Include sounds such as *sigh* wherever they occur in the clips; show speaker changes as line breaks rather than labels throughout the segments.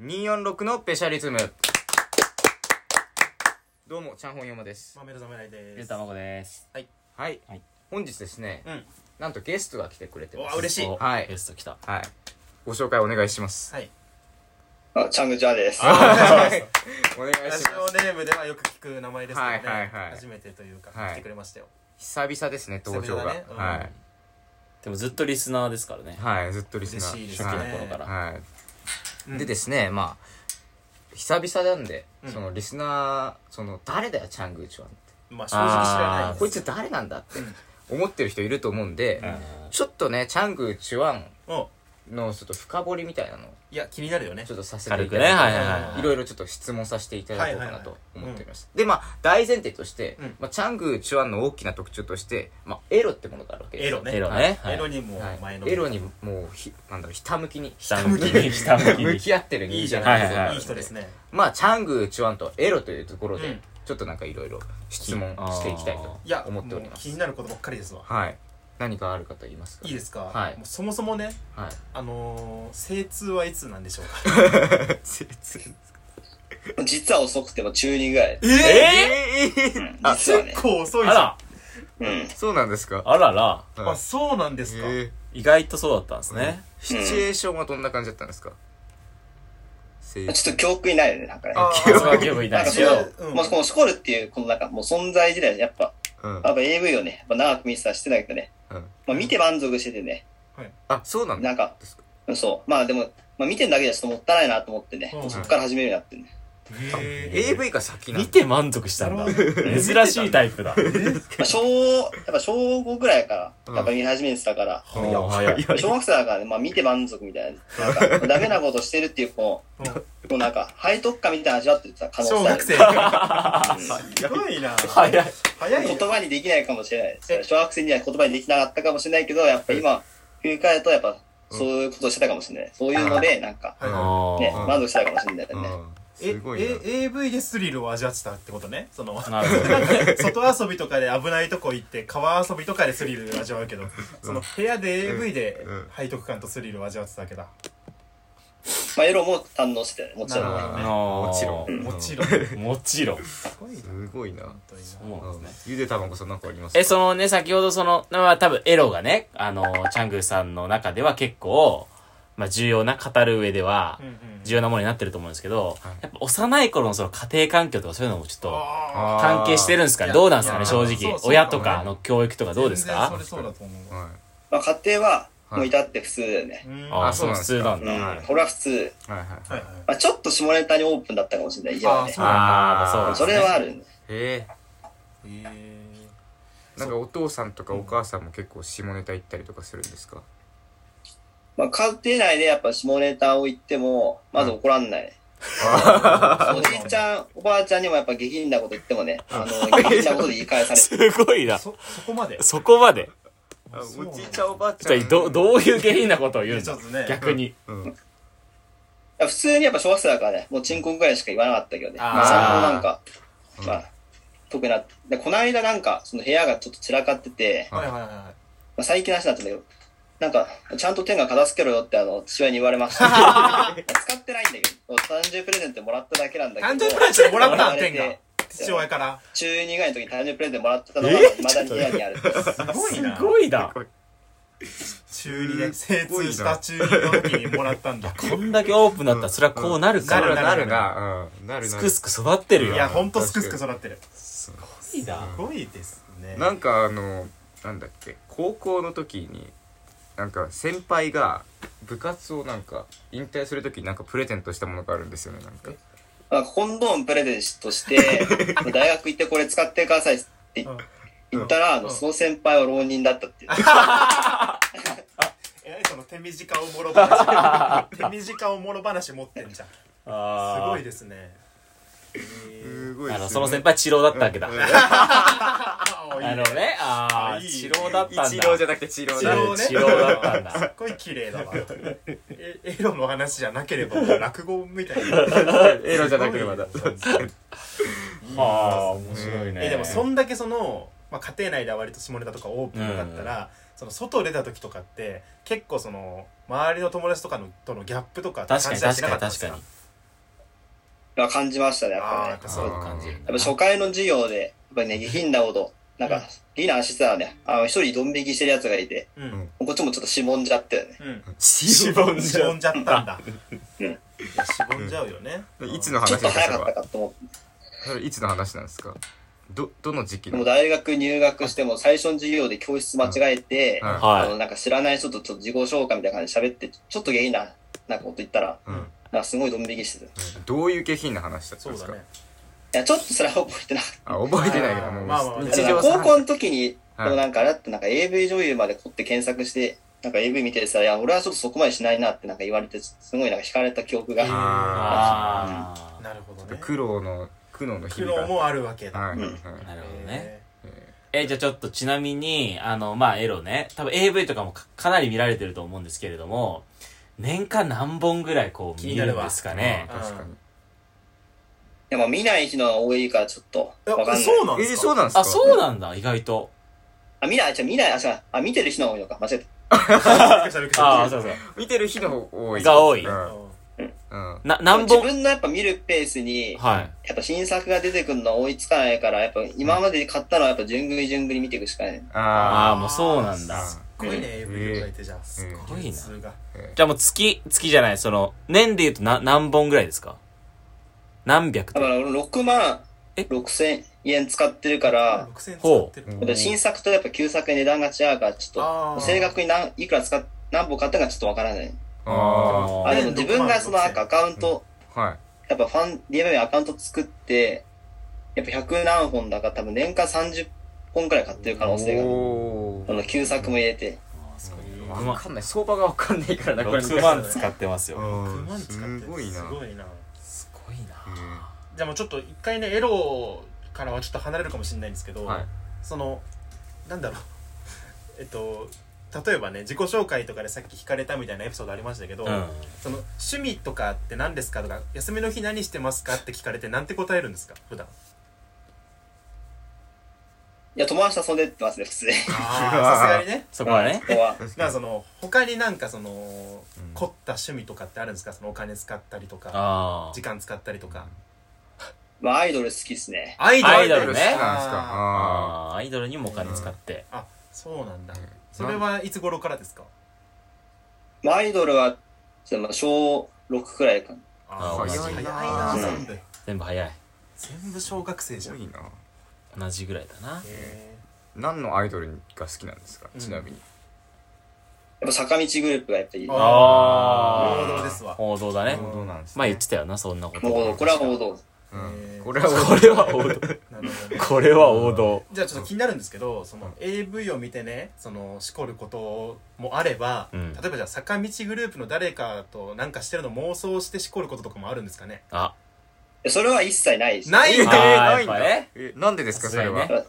246のペシャリズムどうもちゃんほんよまです
まあ、メルザメライで
ゆう
す。
たまごです。
はい、
はい
本日ですね
うん。
なんとゲストが来てくれてま
うわ
す
嬉しい
お
はい
ゲスト来た。
はいご紹介お願いします
はい。
あ、チャングジャーです。
はいお願いし
ラ
ま
ジ
す
オネームではよく聞く名前ですけどね。
はいはいはい
初めてというか、
はい
来てくれましたよ。
久々ですね登場が、
久々だねうん
は
でもずっとリスナーですからね
い。はいずっとリスナー
嬉しいですね。
は
初
い
期の頃から
はい
うん
でですねまあ久々なんで、
うん
そのリスナーその誰だよチャングーチは
まあ、正直知らない
あ
で
こい
す。
つ誰なんだって思ってる人いると思うんで、
うん
ちょっとねチャングーチワン
うん。
のちょっと深掘りみたいなのを
いや、気になるよね
ちょ。っとさせていただ
軽
い
く
て、
ね。はいはいい
は
はいい。
いろいろちょっと質問させていただこうかなと思っております、でまあ大前提として、
うん
まあ、チャングーチワンの大きな特徴として、まあ、エロってものがあるわけです
エ
よ
ロね。
エロね。
エロ
に。
にも
はい
前の。
エロにもうひなんだろうひたむきに
下向き
*laughs*
に。下向きに。
向き合ってる
いいじ
人
ゃ
間
な
ないんですすよ
でかはい。い
はは
い人ですね。
まあ、チャングー、チュワンとエロというところで、
うん
ちょっとなんかいろいろ質問していきたいと
あ
いや、
思っており
も
ま
う
す
気。になることばっかりですわ。
はい。何かあるかと言いますか。
いいですか
はい
もうそもそもね、
はい。
あのー、精通はいつなんでしょうか
*laughs*
実は遅くても中2ぐらい。
え
えー
うん
あ、
実はね
結。構遅いじ
あ
ゃん
ら、
うん。
そうなんですか
あらら。
はい
あ、そうなんですか
えー
意外とそうだったんですね。
シチュエーションはどんな感じだったんですかせい
ちょっと記憶にないよね、なんかね。
あー
そこは記憶に
な
なんい
か
です
そ
け
の
ど。
うん
もうこのスコールっていう、このなんかもう存在自体、やっぱ、
うん
や。っぱ AV をね、やっぱ長く見てたらしてたけどね、
うん
まあ見て満足しててね、
あ、そうなん
なんか
ですか、
そう。まあでも、まあ見てるだけじゃちょっともったいないなと思ってね、
うん
そこから始めるようになってね。
え
AV が先なん
見
だ。
て満足したんだ。珍しいタイプだ。
まあ小、やっぱ小5ぐらいから、やっぱ見始めてたから、
おー早い。
小学生だからね、まあ見て満足みたいな。なんか、ダメなことしてるっていう、こ
ーうん
う、もうなんか、背徳感みたいなの味わってた可能性
小
ある
学生。すごいな。
早い。
早いよ
言。葉にできないかもしれないですね。小学生には言葉にできなかったかもしれないけど、やっぱ今、振り返ると、やっぱ、そういうことをしてたかもしれない。そういうので、なんか、
はい
ね、
うん
満足してたかもしれないね。
うん。
え
すごいな。
え AV でスリルを味わってたってことね
*laughs*
その
なるほど。
外遊びとかで危ないとこ行って川遊びとかでスリルを味わうけどその部屋で AV で
うん
背徳感とスリルを味わってたわけだ
まあ、エロも堪能してたね、もちろん。
なるほどね
あー
もちろん。
もちろん
す
す
もちろん。
ごいな
ごいな。
本当にな
そうなんですね。
ゆで卵さんなんかありますか
え、そのね、先ほどその、まあ多分エロがね、あの、チャングーさんの中では結構、まあ重要な、語る上では
うんうん、
重要なものになってると思うんですけど、
はい
やっぱ幼い頃のその家庭環境とかそういうのもちょっと
あ
あ
ー
関係してるんですか
い
ね
や
どうなんですか
い
ね
や
正
そう
直。
そう
親とかの教育とか
ー
どうです
全
か
然それそうだと思うわ
は
まあ、家庭は、
はい
もう至って普通だよね
う。ん
あ
あ
あ、そう、普
そう
通
な
なんん
う
だ。
ん。これは普通。
い。はいはい
は
はいい。
はい
まあ、ちょっと下ネタにオープンだったかもしれない。以上はね
あ。
ああ、そう
ー
で
そ
す
れはあ
ね。
るね。
え
え
ー、なんかお父さんとかお母さんも結構下ネタ行ったりとかするんですか
まあ、家庭内でやっぱ下ネタを言っても、まず怒らんないね。おじいちゃん、おばあちゃんにもやっぱ下品なこと言ってもね、あの、下品なことで言い返される。
すごい
ー
な。
そそこまで
そこまで。
あ
そうなんだ
ゃんおばあ
ちょっとど、どういう下品なことを言う
ちょ
の
っとね
逆に。
うん
いや普通にやっぱ小学生だからね、もうチンコぐらいしか言わなかったけどね。
あー
まあ、そんななんか、
うん
まあ、特にな、でこの間なんか、その部屋がちょっと散らかってて、
はいはいは
まあ、最近の話になったんだけど、なんか、ちゃんと天が片付けろよってあの、父親に言われ
*laughs*
ました。 *laughs* 使ってないんだけど、誕生日プレゼントもらっただけなんだ
い
けど。
誕生日プレゼントもらったん
言われ
天
て *laughs*
が父親から
中2ぐらいの時に誕生日プレゼントもらってたのが、
え
まだに部屋にあ
*laughs*
る。
すごい
す
な
ごいな。
中二で精
すごいな
通した中二の時にもらったんだ
こんだけオープンだったら、それはこうなるか
なる
ら。
なるな。うん。なる
す
な
く
る。
すく育ってる
い
よ。
やほんとすくすく育ってる
いいな
すごいですね
なんかあの、なんだっけ、高校の時に、なんか先輩が部活をなんか引退する時になんかプレゼントしたものがあるんですよね、なんか。
まあ、コンドームプレゼントして、
*laughs*
大学行ってこれ使ってくださいって
うん
言ったら、あのその先輩は浪人だったっていう。
えその手短おもろ話手短おもろ話持ってんじゃんす
あー
ごいですね
すごい
あの、その先輩、治療だったわけだ。
ああいい
なるほどね。あ
あ
あ、
いい
治療だったんだ。
一郎じゃなくて一郎
治
だ
療ね
治療だったんだ
すっごい綺麗だわえエロの話じゃなければもう落語みたいな
エロじゃなければだ。
はあ、面白いね。
えでもそんだけその、まあ、家庭内では割と下ネタとかオープンだったら、その外出た時とかって結構その周りの友達とかのとのギャップとか
確かに
感じたり
確
し
か
なったんです
に確
か
かに。
は感じましたね、やっ
ああ、やっ
ぱね。
ぱそうだ。
感じるん
や
だ
っぱ初回の授業で、やっぱね、下品なこと、なんか、リーナーしてたらね、あの、一人ドン引きしてる奴がいて、
う
うん
ん。
こっちもちょっとしぼんじゃってね。
うん。
し
ぼんじゃったんだ。
うん
いやしぼんじゃうよね。
いつの
ちょ
話
っと
です
早かっ
か
たかと思って。
それいつの話なんですかどどの時期
で
の
も大学入学しても最初の授業で教室間違えて、
うん
あの、
は
なんか知らない人とちょっと自己紹介みたいな感じで喋って、ちょっと下品な、なんかこと言ったら、
うん、
なんかすごいドン引きしてた。い
どういう下品な話だったん
そう
です
だ
か、
ね。
や、ちょっとそれは覚えてなかった。
あ覚えてないからもう、
まあまあまあ
日
だから
常
高校
さ
の時に、
はい
でもなんかあれだってなんか AV 女優まで凝って検索して、なんか AV 見てさ、いや、俺はちょっとそこまでしないなってなんか言われて、すごいなんか惹かれた記憶が。
あ
い。
あ
ああ。
なるほど
ー
ね。
苦労の苦悩の日
苦
々が
労もあるわけだ。
はいはいはい、
なるほどね。
え
え、じゃあちょっとちなみに、あの、まあ、エロね。多分 AV とかもかかなり見られてると思うんですけれども、年間何本ぐらいこう
気
見
にな
る
る
ん
わ
ですかね。
うん確かに
でも見ない日の方が多いからちょっと、
ー
わかんな
あ
い。
そうなんで
え
す
そう
か
なんですか
あ、そうなんだ、意外と。
あ、見ない、じゃ見ない、あ、違うあ、見てる日の方が多いのか、間違え
あ、そう
ああ、そうそう。
見てる日の方多い
が多い
うん
ん。
うん
な、
た。
何
自
本
分のやっぱ見るペースに、
はい。
やっぱ新作が出てくるのは追いつかないから、やっぱ今まで買ったのはやっぱ順繰り順繰り見ていくしかない。
あ
ああ、もうそうなんだ。
すっごいね、AV 業界ってじゃあ。す
う
ご
ん
い数が。
じゃあもう月、月じゃない、その、年で言うとな何本ぐらいですか何百
だから
と。
俺6万
え
6千円使ってるから、
6000使
ほ
っ
う
てる
う
やっぱ新作とやっぱ旧作に値段が違うから、ちょ
あー
っと、正確に何、いくら使っ、何本買ったかちょっとわからない。
あ
あ、でも
うん
自分がそのなんかアカウント、
あはい
やっぱファン、DMM アカウント作って、やっぱ100何本だから多分年間30本くらい買ってる可能性が。
お
その旧作も入れて。
万
わかんない相場がわかんないからなこれ
6万使ってますよ。
6
う
万
ん
使ってる
すごいな
すごいな。
すごいな
う
じゃあもうちょっと一回ね、エロからはちょっと離れるかもしれないんですけど、
はい
その、なんだろう。 *laughs* えっと、例えぁね、自己紹介とかでさっき惹かれたみたいなエピソードありましたけど、
うん。
その趣味とかって何ですかとか休みの日何してますかって聞かれてなんて答えるんですか普段
いや、友達と遊んでってますね、普通に。
あーさすがにね
そこはね。
ここは。
確
なんか
か
その他になんかその、
うん
凝った趣味とかってあるんですかそのお金使ったりとか
ああ
時。間使ったりとか
まあ、アイドル好きっすね。
アイ
ドル
にアイドル好きなんですかあ
あ
ああ、アイドルにもお金使って。
ーあそうなんだ
ー
それはいつ頃からですか
まあ、アイドルは、ちょっとまあ小6くらいかな。
あー
早いな
早
いな
全部
全部早い。
全部小学生じ
す
ゃ
ご
ん
いな
同じぐらいだな。
へ
何のアイドルが好きなんですか
うん
ちなみに
やっぱ坂道グループがやっぱいい。
あ
も
ああ。
王道ですわ
王道だね。
王道なんですね
まあ言ってたよな、そんなこと。
う、これは王道。
うん
えー
これは
これは王
ー
道。
なるほどね
これは王道。
じゃあちょっと気になるんですけどその AV を見てねそのしこることもあれば、
うん
例えばじゃあ坂道グループの誰かとなんかしてるの妄想してしこることとかもあるんですかね
あ、
でそれは一切ないです。
な
え
い
ー
よ
あー
ないん
や
だ
っぱね
えなんでですかそれ
さ
は
すが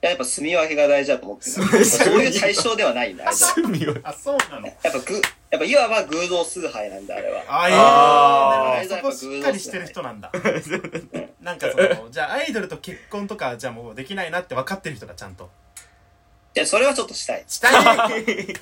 やっぱ住み分けが大事だと思ってる。
み分け
そういう対象ではないんだ、あれは
にね。
あそうなの
やっぱぐ、やっぱいわば偶像崇拝なんだ、あれは。
あえ
あ
ーなるほどそこしっかりしてる人 *laughs* なんだなんかそのじゃあアイドルと結婚とかじゃあもうできないなって分かってる人がちゃんと
いや、それはちょっとしたい。
したい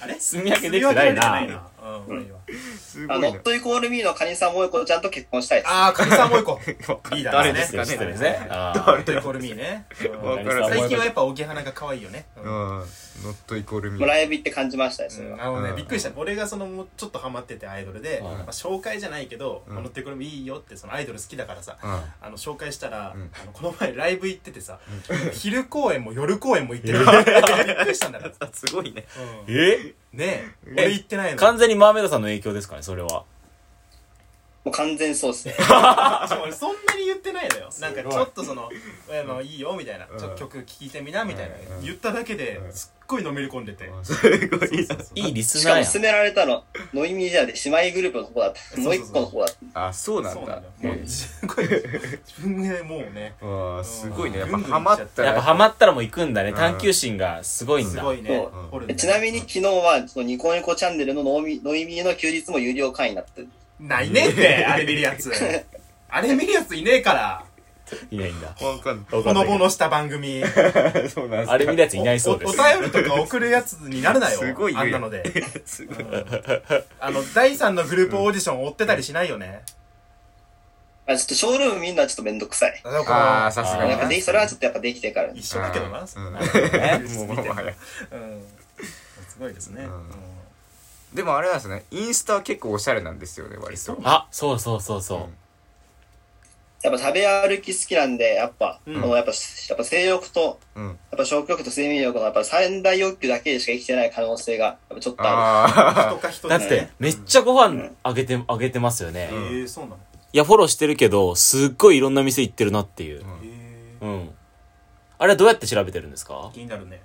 あれ
住み分けできてないな
住み分けできてうん俺は
すご
あ
い
の、
な
ノットイコールミーのカニさん萌子ちゃんと結婚したいです。
ああカニさんもう一個リーダー
誰
で
です
すね
か
失礼
ね
ですね。
ノ
あ
ットイコールミーねうん
わからない
最近はやっぱ荻原が可愛いよね
うんノットイコールミ
もう
ー
ライブ行って感じましたね、それは。
あのね、
うん
びっくりした俺がそのもうちょっとハマっててアイドルで、
うん
まあ、紹介じゃないけど「
うん
このってこれもいいよ」ってそのアイドル好きだからさ、
うん
あの紹介したら、
うん
あのこの前ライブ行っててさ、昼公演も夜公演も行ってるびっくりしたんだから、
あすごいね
うんね
え
え俺行ってないの
完全にマーメイドさんの影響ですかね、それは。
もう完全そうですね。
しかも俺そんなに言ってないのよなんか
すごい
ちょっとその「えまあいいよ」みたいな、
うん
ちょっと曲聴いてみなみたいな、
うん
言っただけで
うん
すっごいのめり込んでて、
あすごい
そうそうそう
いいリス
し
ナ
かも
ー
勧められたの、ノイミージャーで姉妹グループの方だった。もう一個の方だった。
なあそうな
そ
ん
うな
だ
んだよもう
え
すごい自分でもうね
ーあーすごいねやっぱ
うんぐんぐ
ハ
ん
マっ
行っち
た
ゃ
や。
ら
やっぱハマったらもう行くんだね。探求心がすごいん
す
だ。
ごいね
そう
掘る
え
ね
ちなみに昨日は、そのニコニコチャンネルのノーミノイミーの休日も有料会員になってる。
ないねって、あれ見る
*laughs*
やつ。あれ見るやついねえから。
いないんだ。
わかんない
ほのぼのした番組。
そうなんですか
あれ見るやついない
お
そ
お
うです。
便りとか送るやつになるなよ。
すごい言
あ
うんや
なので。
す
う
ごい
んあの、第三のグループオーディション追ってたりしないよね。
あちょっとショールームみんなちょっとめんどくさい。
あなん
ああ
か
さすがに
やっぱで、それはちょ
っ
っとやっぱできてからに。
一緒だけどな、そんな
もうもはや
うんすごいですね。
うん
うん
でもあれなんですねインスタは結構おしゃれなんですよね割
そ
と
う
あ、そうそうそうそう。
やっぱ食べ歩き好きなんで、やっぱ、
うん
このやっぱ、やっぱ性欲と、
うん
やっぱ食欲と睡眠欲のやっぱ三大欲求だけでしか生きてない可能性が、やっぱちょっとあ
人
あ
か人
だ
だ
って、めっちゃご飯あげて、あげてますよね。
うん
ええそうなの
いや、フォローしてるけど、すっごいいろんな店行ってるなっていう。
あ
ええ
うん。あれはどうやって調べてるんですか
気になるね。
る。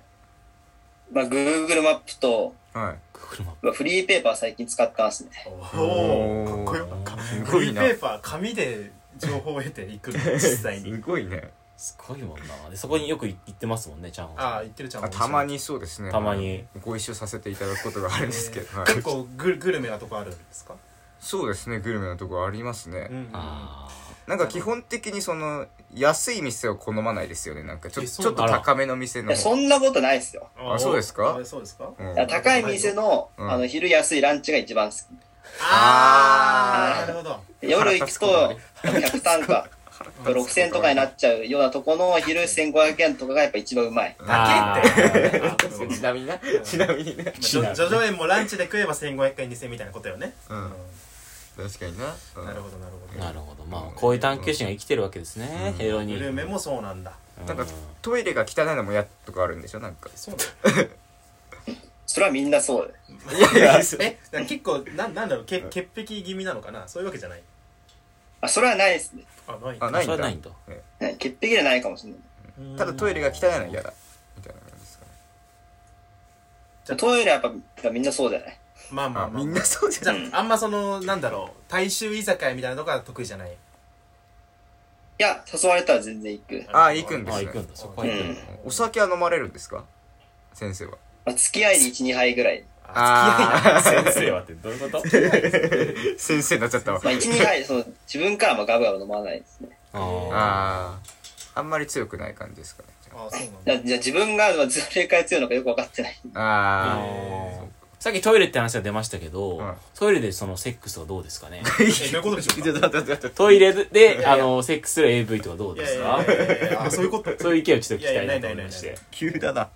まあ、Google マップと、
はい
Google マップ
まあフリーペーパー最近使ってますね。
お
おー
おかっこよか
す
フ
ご
リ
い
ー
な
ペーパー紙で情報を得ていくの実際に
すごいね
すごいもんな。で、そこによく行ってますもんね、ちゃんほんさん
ああ言ってるちゃん
あたまにそうですね
たまに
ご一緒させていただくことがあるんですけど、はい
結構グルグルメなとこあるんですか
そうですねグルメのとこありますね、
うん
あ
なんか基本的にその安い店を好まないですよねなんかちょ
え
ち
そ
ょ
う
っと高めの店
い
の
や、そんなことないですよ。
あそうですか
あそうですか
うん
いや高い店の、
うん
あの、昼安いランチが一番好
あ
あー
あなるほど
き。夜行くと、客単価、6000とかになっちゃうようなとこの昼1500円とかがやっぱ一番うまい。
だけってあー
ちなみにな
うん
ちなみにね、
ジョジョジョ園もランチで食えば1500円2000円みたいなことよね
うん
うん
確かにな、うん
なるほどなるほ
あ。
ど
なるほど。まあ、こういう探求心が生きてるわけですね
う。ん
平和に。
グルメもそうなんだ
うん
なんかトイレが汚いのもやっとかあるんでしょなんか
そうなんだ
それはみんなそうで。
いやいや
えだから結構なんなんだろうけ潔癖気味なのかなそういうわけじゃない
あ、それはないですね。
あない
あ
あ
ないん
それ
だ
はないんだ。
はい潔癖じゃないかもしれない。
うん
ただトイレが汚いのは嫌だみたいな感じですかね
トイレはやっぱみんなそうじゃない。
まあまあ
あ
まあ
みんなそうじゃ
じゃ
ない
ああんまそのなんだろう大衆居酒屋みたいなのが得意じゃない
いや、誘われたら全然行く。
あー行くんだ
あ、行くんだ。そこは行くんだ。
お酒は飲まれるんですか先
*laughs*
生は
まあ、付き合いに1、2杯ぐらい。
あ
あ付き合い
先生はってどういうこと
先生になっちゃったわ
まあ、1、2
*laughs*
杯、その、自分からもガブガブ飲まないですね。
あ
あああんまり強くない感じですかねじゃ
あそうなんだ
じゃあじゃあ自分がまあどれくらい強いのかよく分かってない。
ああ
あー。さっきトイレって話が出ましたけど
はい、
トイレでそのセックスはどうですかね *laughs*
えどう
えどういうことでしょうか
*laughs* ちょっと待って待って待って
トイレで、
や
あの、セックスする AV とかどう
い
で
や
す
いや
か
いやいやいやあそういうこと
そういう意見をちょっと聞きたい
いや
な
や
いと
ない
思
ないい
まして。
急だな。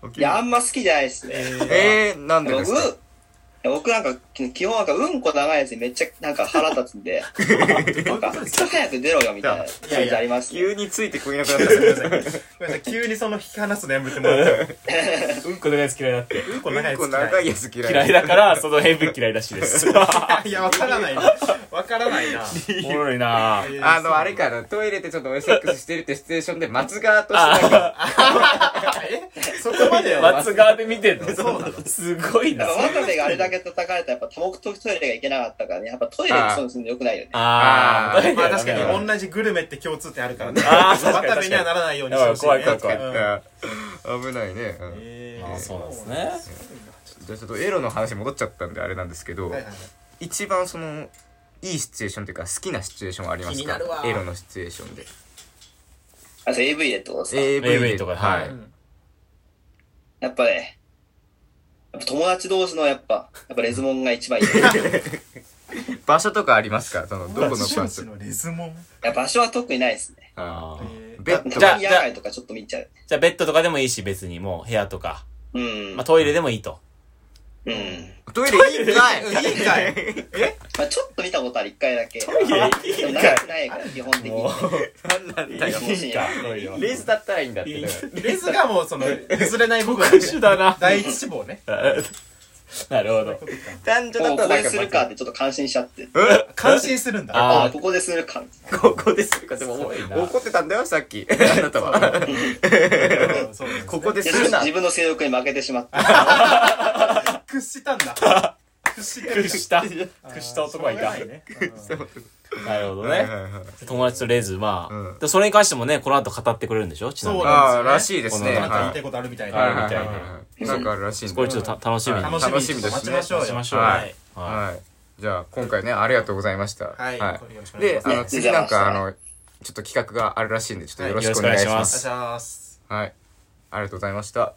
お急
いや、あんま好きじゃないですね。
え
え
ー、なんでで
僕、
す
い
か
や僕なんか、基本なんか、うんこ長いやつにめっちゃなんか腹立つんで、なんか、早く出ろよみたいな、そういうのありますね。
急についてこいなくなっ
ー、ごめんなさいごめんなさい急にその引き離すのやめてもらって
*laughs*
うんこ長いやつ嫌いだって。
うんこ長
た。
い
うん *laughs*
やつ
こ長いやつ嫌い。
嫌い
嫌いだから、その AV 嫌いらしいです。
いやわからないなわからないな
*laughs* おもろいなぁ。
あの、あれかな、トイレでちょっと俺セックスしてるってシチュエーションで、松川としてなんか、
*laughs* えそこまでは
松川で見てんのすごいな
やっ。ぱ若部があれだけ叩かれたら、やっぱ多目的トイレがいけなかったからね、やっぱトイレにそうするのよくないよね。
あ
あー
ー、
まあ確
ダメ
か
だ
に同じグルメって共通点あるからね
あー確かに
また目にはならないようにしてほしいね
怖い怖い怖い
うん
うん危ないね。うん
え
あ
ー
そうなんですね
じゃあちょっとエロの話戻っちゃったんであれなんですけど、
はいはいはい
一番その、いいシチュエーションというか、好きなシチュエーションはあります
気にな
か
るわ
エロのシチュエーションで。
あと AV でってことですか、
AV で
AV とかで
は
はいい。
やっぱね、やっぱ友達同士のやっぱ、やっぱレズモンが一番いい。
場所とかありますかその、どこの場
私た
所
ち。のレズモン
いや場所は特にないですね。
あ
あー
ーベッド
た
じゃ
ま
あ
に野外とかちょっと見ちゃう。
じゃあベッドとかでもいいし、別にもう部屋とか、
うん。
まあトイレでもいいと。
うん。
トイレいいんかい
いいんかい
*laughs*
まあちょっと見たことある、一回だけ。ト
イレ
でも長くないから、基本的に。
なんなんだよ。
いいか
レースだったらいいんだって。
いい
レズがもうその譲れない部分
特殊だな。
第一志望ね
*laughs* なるほど。
男女だっ
もう
たら
ここ
なん
でするかっ
か
てちょっと感心しちゃって。
感心するんだ
あー
あ、ここでするか。
ここでするかでも
すごいな
怒ってたんだよさっきあなたは
うんそうなんですね
ここで
いや
す
ちょっ
る
と
な
自分の性欲に負けてしまって。
屈したんだ屈してる
屈 *laughs* した。屈した男はいた
しょ。うがないね
なるほど
はい
ね。
はいはい
友達とレズ、ま
う
あ。でそれに関してもね、この後語ってくれるんでしょちなみに
そう。だ
ああらしいですね
なんか言い
は
たい
い
ことあるみたい
はいは
な
い
みたい
はいなんかあるらしいんで
これちょっとた楽しみに
はい
し
楽しみですね
待ちましょうよ
ましょう。
は
はいい。
はいじゃあ今回ねありがとうございました
はい
は
これよろしくお
い
願
で
いします
あの
ね
次なんかあのちょっと企画があるらしいんでちょっとよろしくお願いし
はいよろしく
ま
お願いします
お願いします
はいありがとうございました